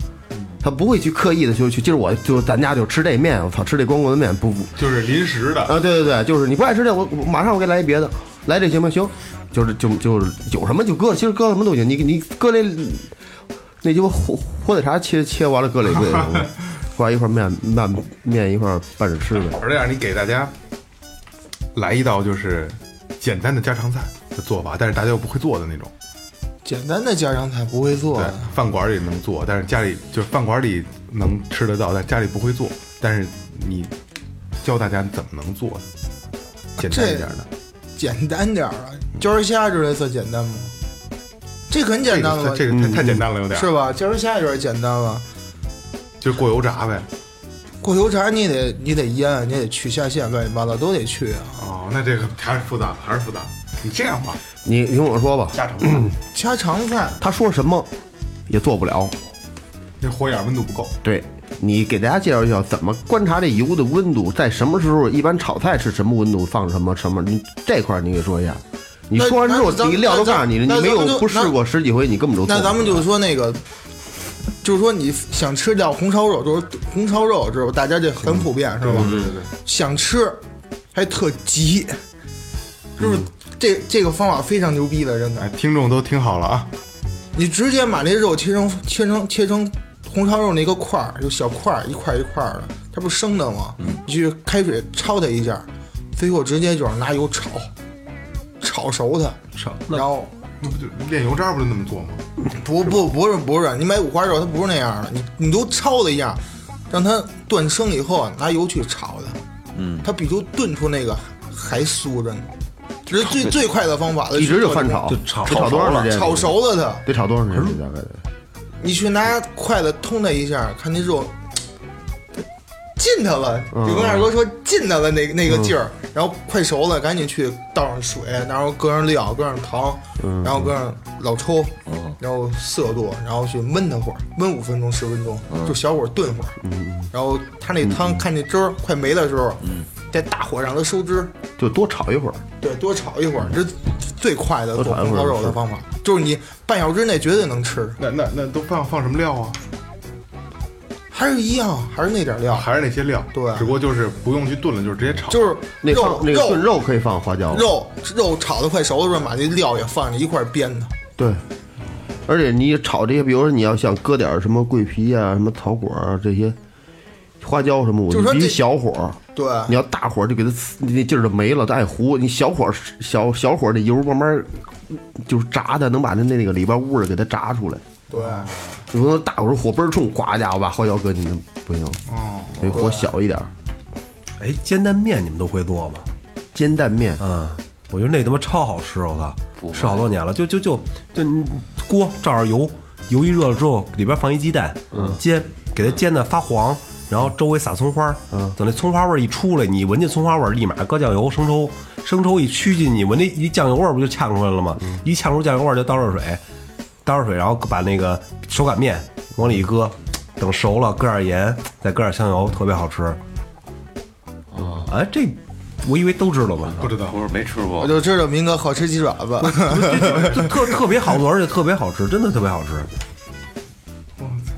他不会去刻意的就去，今儿我就咱家就吃这面，我操，吃这光棍子面不不就是临时的，啊，对对对，就是你不爱吃这，我我马上我给你来一别的，来这行吗？行，就是就就是有什么就搁，其实搁什么都行，你你搁那那鸡巴火火腿肠切切完了搁里不 也行吗？挂一块面拌面一块拌着吃呗。而这样你给大家来一道就是简单的家常菜的做法，但是大家又不会做的那种。简单的家常菜不会做啊对的，，饭馆里能做，但是家里就是饭馆里能吃得到，但家里不会做。但是你教大家怎么能做，简单一点的，简单点儿啊，焦儿虾之类算简单吗？这个很简这单了吧个这个太太简单了，有点是吧？姜丝虾有点简单了，就是过油炸呗。过油炸你得你得腌，你得去下线，乱七八糟都得去啊。哦，那这个还是复杂，还是复杂。你这样吧，你 听我说吧，家常菜家常菜他说什么也做不了，那火眼温度不够，对你给大家介绍一下怎么观察这油的温度，在什么时候一般炒菜是什么温度，放什么什么，你这块儿你给说一下。你那说完之后那咱，你料都告诉你了，那你咱没那咱们有就不试那过十几回，你根本都那做咱不们出来就说那个，就是说你想吃点红烧肉，就是红烧肉，知道吧？大家这很普遍，是吧？嗯对对对，想吃还特急，就是这这个方法非常牛逼的，真的嗯哎，。听众都听好了啊，你直接把那肉切成切成切成红烧肉那个块儿，就小块儿一块儿一块儿的，它不是生的吗？嗯你去开水焯它一下，最后直接就是拿油炒，炒熟它，炒然后那不就炼油渣不就那么做吗？不不不是不是，你买五花肉它不是那样的，你你都焯它一下，让它断生以后啊拿油去炒它，嗯，它比就炖出那个还酥着呢，这是最最快的方法了，一直就翻炒，就炒得炒多长时间？炒，熟了它。得炒多长时间？大概得你去拿筷子通它一下，看那肉进它了，嗯就跟二哥说进它了那那个劲儿，然后快熟了，赶紧去倒上水，然后搁上料，搁上糖，嗯然后搁上老抽，然后色度，然后去焖它会儿，焖五分钟十分钟，嗯就小火炖会儿，然后它那汤看那汁儿快没的时候，嗯再大火让它收汁，就多炒一会儿。对，多炒一会儿，这是最快的做嗯多炒一红会儿烧肉的是方法，就是你半小时之内绝对能吃。那那那都放放什么料啊？还是一样，还是那点料，还是那些料，对只不过就是不用去炖了，就是直接炒，就是那肉放那个炖肉肉可以放花椒了，肉肉炒的快熟的时候，把那料也放进一块儿煸的。对。而且你炒这些，比如说你要想搁点儿什么桂皮啊、什么草果啊这些花椒什么，我就是说必须这小火。对，你要大火就给它呲那劲儿就没了，它爱糊。你小火小小火，那油慢慢就是炸的，能把它那个里边儿味儿给它炸出来。对，你不能大火火倍儿冲，呱家伙把花椒搁进去不行，嗯哦，得火小一点儿。哎，煎蛋面你们都会做吗？煎蛋面，嗯，我觉得那他妈超好吃，我靠，吃好多年了，就就就就你锅照着油，油一热了之后，里边放一鸡蛋，煎，给它煎的发黄，然后周围撒葱花，嗯，等那葱花味儿一出来，你闻见葱花味儿，立马搁酱油、生抽，生抽一驱进你闻那一酱油味儿不就呛出来了吗？一呛出酱油味儿就倒热水，倒热水，然后把那个手擀面往里一搁，等熟了搁点盐，再搁点香油，特别好吃。啊，哎，这我以为都知道吧？不知道。不是没吃我过，就知道明哥好吃鸡爪子，就特特别好做，而且特别好吃，真的特别好吃。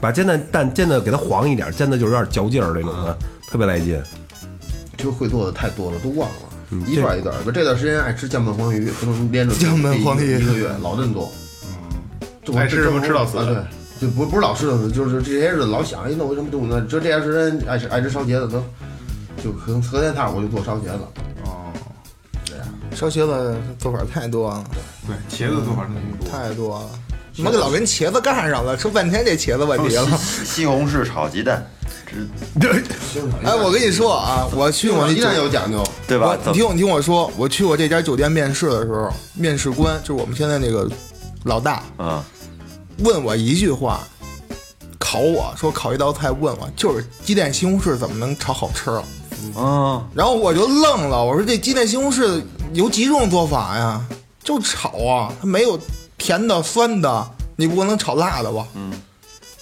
把煎蛋蛋煎的给它黄一点，煎的就是有点嚼劲儿那种嗯的，特别来劲。 就会做的太多了，都忘了。一段一段，不嗯这段时间爱吃酱焖黄鱼，不能连着酱焖黄鱼一个月老这么多。嗯，爱吃什么吃到死啊，对，就不不是老吃到死，就是这些日子老想，哎，那为什么中午呢？这这段时间爱吃爱吃烧茄子，能就可能隔天下午我就做烧茄子。烧茄子做法太多了，对，茄子做法真的挺多。太多了。你们老跟茄子干上了，说半天这茄子问哦题了。西西红柿炒鸡蛋，这哎，我跟你说啊，我去我那一旦酒有讲究，对吧我？你怎听么我，你听我说，我去我这家酒店面试的时候，面试官就是我们现在那个老大，啊？问我一句话，考我说考一道菜，问我就是鸡蛋西红柿怎么能炒好吃了？哦啊，然后我就愣了，我说这鸡蛋西红柿有几种做法呀？就炒啊，它没有甜的、酸的，你不能炒辣的吧？嗯，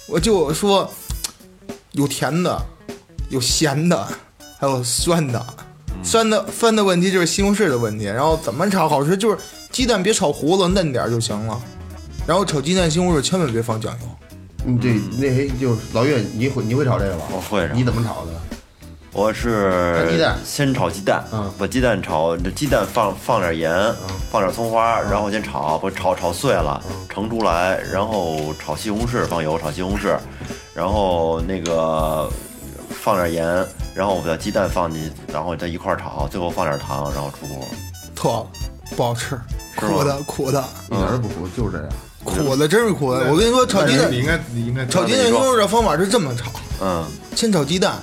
我就说有甜的，有咸的，还有酸的。酸的酸的问题就是西红柿的问题，然后怎么炒好吃就是鸡蛋别炒糊了，嫩点儿就行了。然后炒鸡蛋西红柿千万别放酱油，嗯，对，那谁就是老岳，你会你会炒这个吧？我会炒你怎么炒的？我炒鸡是蛋先炒鸡蛋嗯，把鸡蛋炒，这鸡蛋放放点盐，放点葱嗯花，然后先炒，不炒炒碎了，盛出来，然后炒西红柿，放油炒西红柿，然后那个放点盐，然后我把鸡蛋放进去，然后再一块儿炒，最后放点糖，然后出锅。特不好吃，是吗苦的苦的一点儿都不糊，就是这样。苦的真是苦的。我跟你说，炒鸡蛋你应该你应该炒鸡蛋西红柿的方法是这么炒：嗯先炒鸡蛋，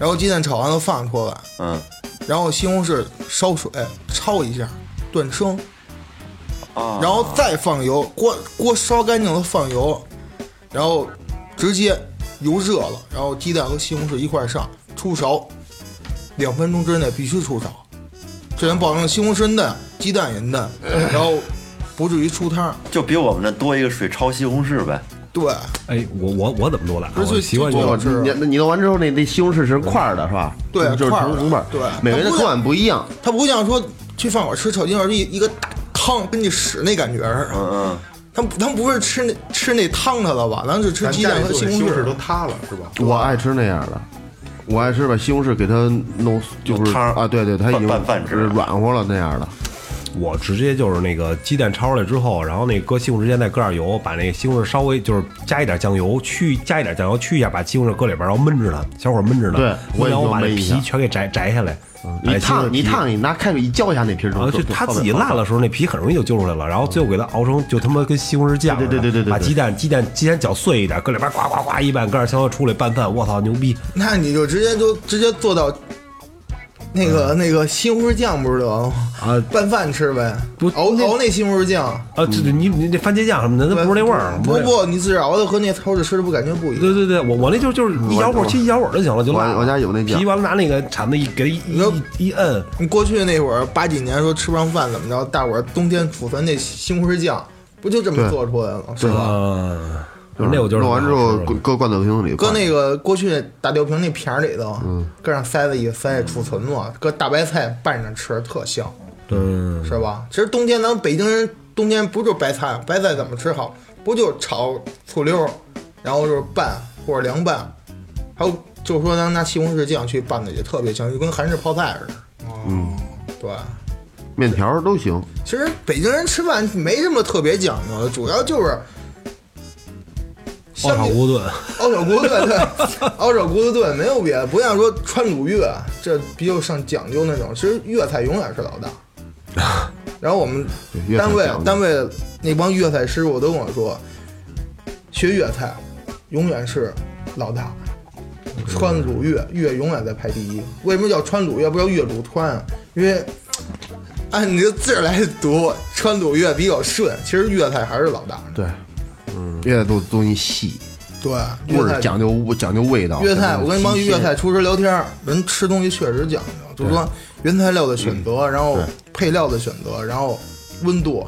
然后鸡蛋炒完了放出来，嗯然后西红柿烧水焯一下，炖生，啊，哦然后再放油，锅锅烧干净了放油，然后直接油热了，然后鸡蛋和西红柿一块儿上，出勺，两分钟之内必须出勺，这能保证西红柿嫩，鸡哎蛋也嫩，然后不至于出汤。就比我们那多一个水焯西红柿呗。对，哎，我我我怎么做懒啊？不是我最习惯最就好是吃的你你弄完之后，那那西红柿是块儿的，是吧？对就是块儿成的成块儿。对每个人的口感不一样。它不像说去饭馆吃炒鸡肉是一一个大汤跟你屎那感觉似的。嗯他们他们不是吃那吃那汤它了吧？咱就吃咱鸡家蛋里和做西的红西红柿柿都塌了是吧？我爱吃那样的，我爱吃把西红柿给它弄就是汤儿啊，对对，它已经拌饭吃是软和了那样的。我直接就是那个鸡蛋焯出来之后，然后那搁西红柿先再搁点油，把那个西红柿稍微就是加一点酱油去加一点酱油去一下，把西红柿搁里边，然后焖着它，小火焖着它。对我我也然后就把那焖一下皮全给摘摘下来，把你那哎西红柿烫你皮烫，你拿开水一浇一下那皮儿啊，就就就它特别自己好烂了时候，那皮很容易就揪出来了，然后最后给它熬成就他妈跟西红柿酱似的。对对对对对对把鸡蛋鸡蛋鸡蛋搅碎一点，搁里边呱呱呱一拌，搁点香油出来拌饭，我操牛逼！那你就直接就直接做到那个、那个西红柿酱不是得了吗？啊拌饭吃呗，不熬那熬那西红柿酱，啊，这嗯你你那番茄酱什么的，那不是那味儿，不是那味儿。不，你自己熬的和那超市吃的不感觉不一样。对对对，我我那就是就是一小会儿切一小会儿就行了，就我烂了。我家有那酱皮，完了拿那个铲子一给它一一一一摁，你过去那会儿八几年说吃不上饭怎么着，大伙儿冬天储存那西红柿酱，不就这么做出来了？是吧？啊，那我觉得弄完之后搁搁罐头瓶子里，搁那个过去大吊瓶那瓶儿里头，搁上塞子一塞，储存了，搁大白菜拌着吃，特香，嗯，是吧？其实冬天咱们北京人冬天不就是白菜吗，白菜怎么吃好？不就是炒醋溜儿，然后就是拌或者凉拌，还有就是说咱拿西红柿酱去拌的也特别香，就跟韩式泡菜似的。嗯，对。面条儿都行。其实北京人吃饭没什么特别讲究的，主要就是爆炒锅炖， 熬炒锅炖，对， 熬炒锅炖没有别的，不像说川鲁粤这比较上讲究那种，其实粤菜永远是老 大。然后我们对单位粤菜讲究单位那帮粤菜师傅都跟我说，学粤菜永远是老大，嗯川鲁粤粤永远在排第一。为什么叫川鲁粤不叫粤鲁川啊？因为按你的字儿来读，川鲁粤比较顺，其实粤菜还是老大的。对，嗯，粤菜都东西细，对，味粤菜儿讲究讲究味道。粤菜，我跟一帮新鲜粤菜厨师聊天儿，人吃东西确实讲究，就是说原材料的选择，然后配料的选择，然后温度、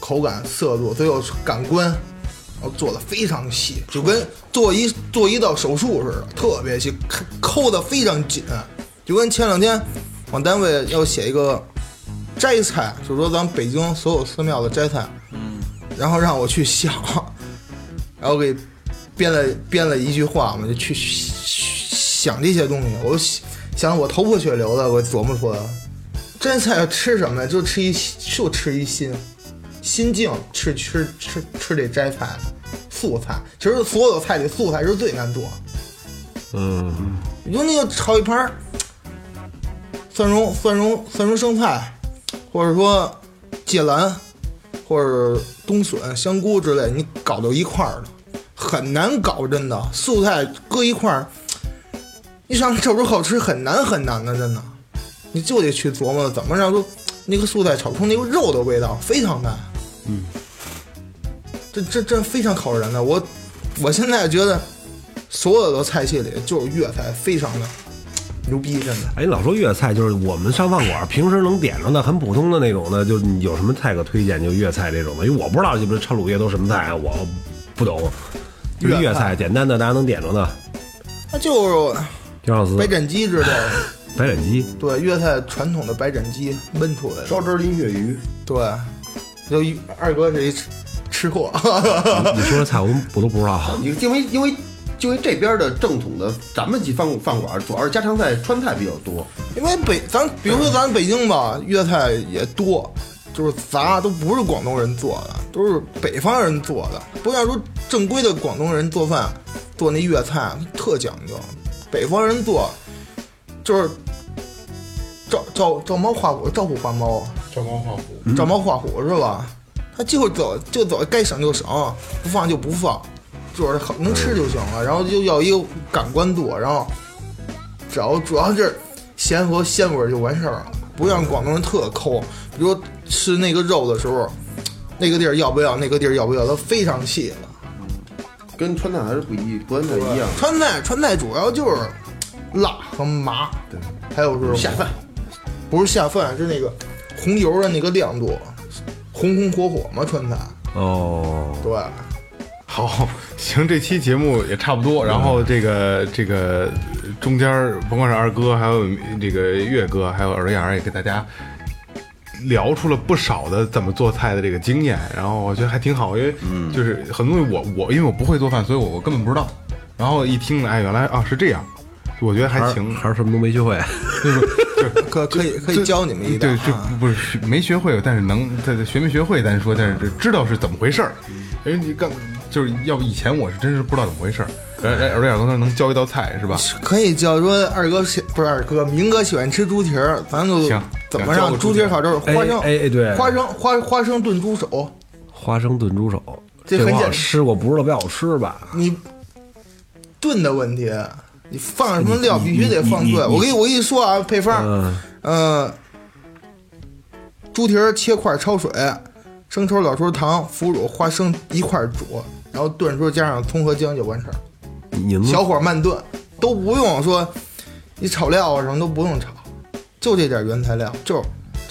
口感、色度，最后感官，然后做的非常细，就跟做一做一道手术似的，特别细，抠抠的非常紧。就跟前两天往单位要写一个摘菜，就是说咱们北京所有寺庙的摘菜，然后让我去想， 然后给编了编了一句话嘛，就去想这些东西。我就想我头破血流的，我琢磨出来了，摘菜要吃什么呀？就吃一就吃一心，心境吃吃吃吃这摘菜，素菜。其实所有菜里素菜是最难做。嗯，你就那个炒一盘儿蒜蓉、蒜蓉、蒜蓉生菜，或者说芥兰，或者冬笋、香菇之类，你搞到一块儿的，很难搞，真的。素菜搁一块儿，你想炒出好吃很难很难的，真的。你就得去琢磨怎么让出那个素菜炒出那个肉的味道，非常难。嗯，这这这非常考人的。我我现在觉得所有的菜系里，就是粤菜非常的牛逼，真的。哎，老说粤菜就是我们上饭馆平时能点上的很普通的那种的，就是你有什么菜可推荐？就粤菜这种的，因为我不知道这不川鲁粤都什么菜啊，我不懂。就是粤粤菜菜简单的大家能点着的，那就是姜肉丝、白斩鸡之类的，白斩鸡，对粤菜传统的白斩鸡焖出来的，汁儿林鳕鱼，对，就一二哥是一吃吃货，你说这菜我都我都不知 道。你因为因为因为这边的正统的咱们几饭饭馆，主要是家常菜、川菜比较多。因为北咱比如说咱北京吧，粤菜也多，就是杂都不是广东人做的，都是北方人做的，不像说正规的广东人做饭做那粤菜特讲究，北方人做就是照照照猫画虎，照虎画猫。照光画虎，照猫画虎是吧？他就走就走，该省就省，不放就不放，就是好能吃就行了。然后就要一个感官度，然后只要主要是咸和鲜味儿就完事儿了，不像广东人特抠。比如吃那个肉的时候，那个地儿要不要，那个地儿要不要，它非常细了。跟川菜还是不一，不太一样。川菜川菜主要就是辣和麻，对，还有是下饭，不是下饭，是那个红油的那个亮度，红红火火嘛，川菜。哦，对，好， 行，这期节目也差不多。然后这个这个中间儿，甭管是二哥，还有这个岳哥，还有尔阳，也给大家聊出了不少的怎么做菜的这个经验。然后我觉得还挺好，因为就是很多东西我我因为我不会做饭，所以我我根本不知道。然后一听，哎，原来啊是这样，我觉得还行。还是什么都没学会。可可以可以教你们一道对，这啊。不是没学会，但是能在这学没学会，咱说，但是知道是怎么回事儿。因为你刚就是要不以前我是真是不知道怎么回事儿，而而而耳朵能能教一道菜是吧？可以叫说二哥喜不是二哥，明哥喜欢吃猪蹄儿，咱就行怎么教个让猪猪蹄蹄儿儿烤肉？哎花生哎哎对花生花花生炖猪手，花生炖猪手，这很我好像简吃过，不知道不好吃吧？你炖的问题，你放什么料必须得放你你对。你我跟你我跟你说啊，配方，嗯呃，猪蹄儿切块焯水，生抽、老抽、糖、腐乳、花生一块儿煮，然后炖出加上葱和姜就完事儿，您小火慢炖，都不用说你炒料啊什么都不用炒，就这点原材料，就是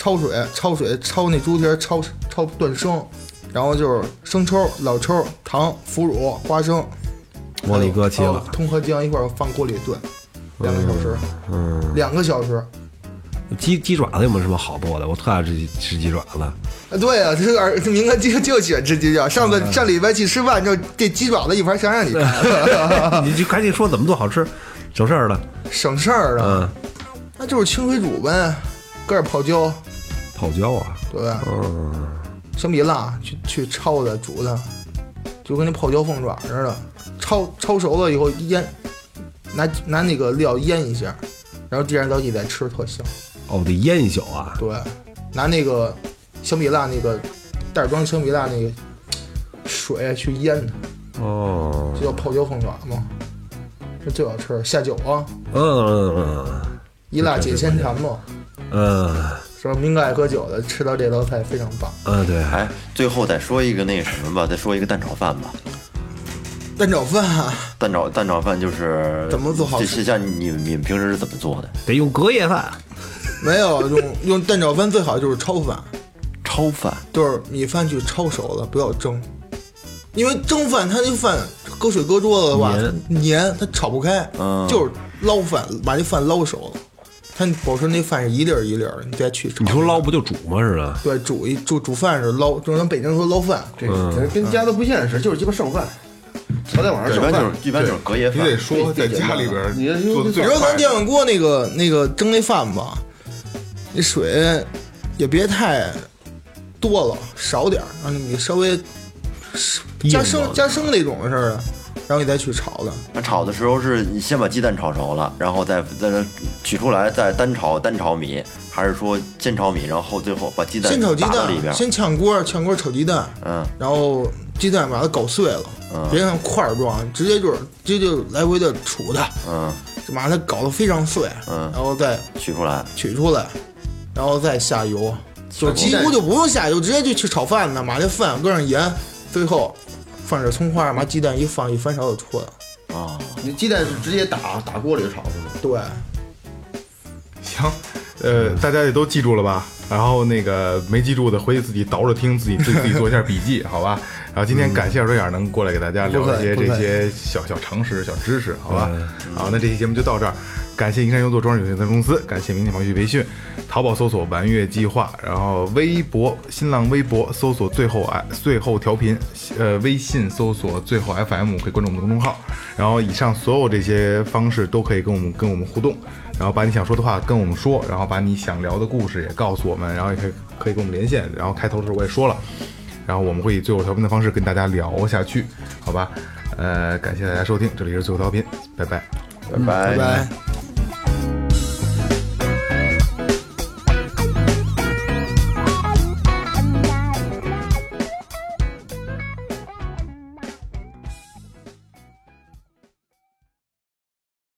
焯水、焯水、焯那猪蹄儿、焯焯炖生，然后就是生抽、老抽、糖、腐乳、花生，往里搁切还有了，葱和姜一块儿放锅里炖，两个小时，嗯两个小时。鸡鸡爪子有没有什么好做的？我特爱吃鸡吃鸡爪子。 啊，对啊，这个儿明哥就就喜欢吃鸡爪。上嗯次上礼拜去吃饭，就这鸡爪子一盘全让你看，你就赶紧说怎么做好吃，省事儿了。省事儿啊。嗯，那就是清水煮呗，搁点泡椒，泡椒啊，对吧？嗯生米辣去去焯的煮的，就跟那泡椒凤爪似的。焯焯熟了以后腌，拿拿那个料腌一下，然后第二道一再吃，特香。哦，得腌一宿啊。对，拿那个小米辣那个袋装小米辣那个水啊去腌它，哦，就叫泡椒凤爪嘛，这最好吃。下酒啊，嗯一辣解千馋嘛，嗯嗯是吧？明哥爱喝酒的，吃到这道菜非常棒。嗯，对，哎，最后再说一个那什么吧，再说一个蛋炒饭吧。蛋炒饭啊，蛋炒蛋炒饭就是怎么做好这吃像你你们平时是怎么做的？得用隔夜饭。没有用用蛋炒饭最好就是焯饭，焯饭就是米饭去焯熟了，不要蒸，因为蒸饭它那饭搁水搁多了的话，它黏它炒不开，嗯就是捞饭把那饭捞熟了，它保持那饭是一粒儿一粒儿的，你再去炒。你说捞不就煮吗？是吧？对，煮一煮煮饭是捞，就是咱北京说捞饭，这这跟家都不现实，就是鸡巴剩饭，昨天晚上一剩般就饭，是一般就是隔夜你饭得，说在家里边儿你这做的比最如快咱电饭锅那个那个蒸那饭吧，那水也别太多了，少点儿，让你稍微加生加生那种的似的，然后你再去炒的。那炒的时候是你先把鸡蛋炒熟了，然后再再再取出来，再单炒单炒米，还是说先炒米，然后后最后把鸡蛋先炒鸡打到蛋里边，？先炝锅，炝锅炒鸡蛋，嗯，然后鸡蛋把它搞碎了，嗯别像块儿状，直接就是直接就来回的杵它，嗯，就把它搞得非常碎，嗯然后再取出来，取出来，然后再下油，就几乎就不用下油，直接就去炒饭呢。把这饭搁上盐，最后放点葱花，把鸡蛋一放，一翻勺就出来了。啊，你鸡蛋是直接打打锅里炒是吗？对，行，呃，大家也都记住了吧？然后那个没记住的，回去自己倒着听，自己自己自己做一下笔记，好吧？然后今天感谢瑞尔能过来给大家聊不客一气些不这客气些小小常识、小知识，好吧？好，那这期节目就到这儿。感谢银山优作装饰有限责任公司，感谢明天跑去培训，淘宝搜索“玩乐计划”，然后微博、新浪微博搜索“最后爱最后调频”，呃，微信搜索“最后 FM” 可以关注我们的公众号。然后以上所有这些方式都可以跟我们跟我们互动，然后把你想说的话跟我们说，然后把你想聊的故事也告诉我们，然后也可以可以跟我们连线。然后开头的时候我也说了，然后我们会以最后调频的方式跟大家聊下去，好吧？呃，感谢大家收听，这里是最后调频，拜拜。拜拜拜拜。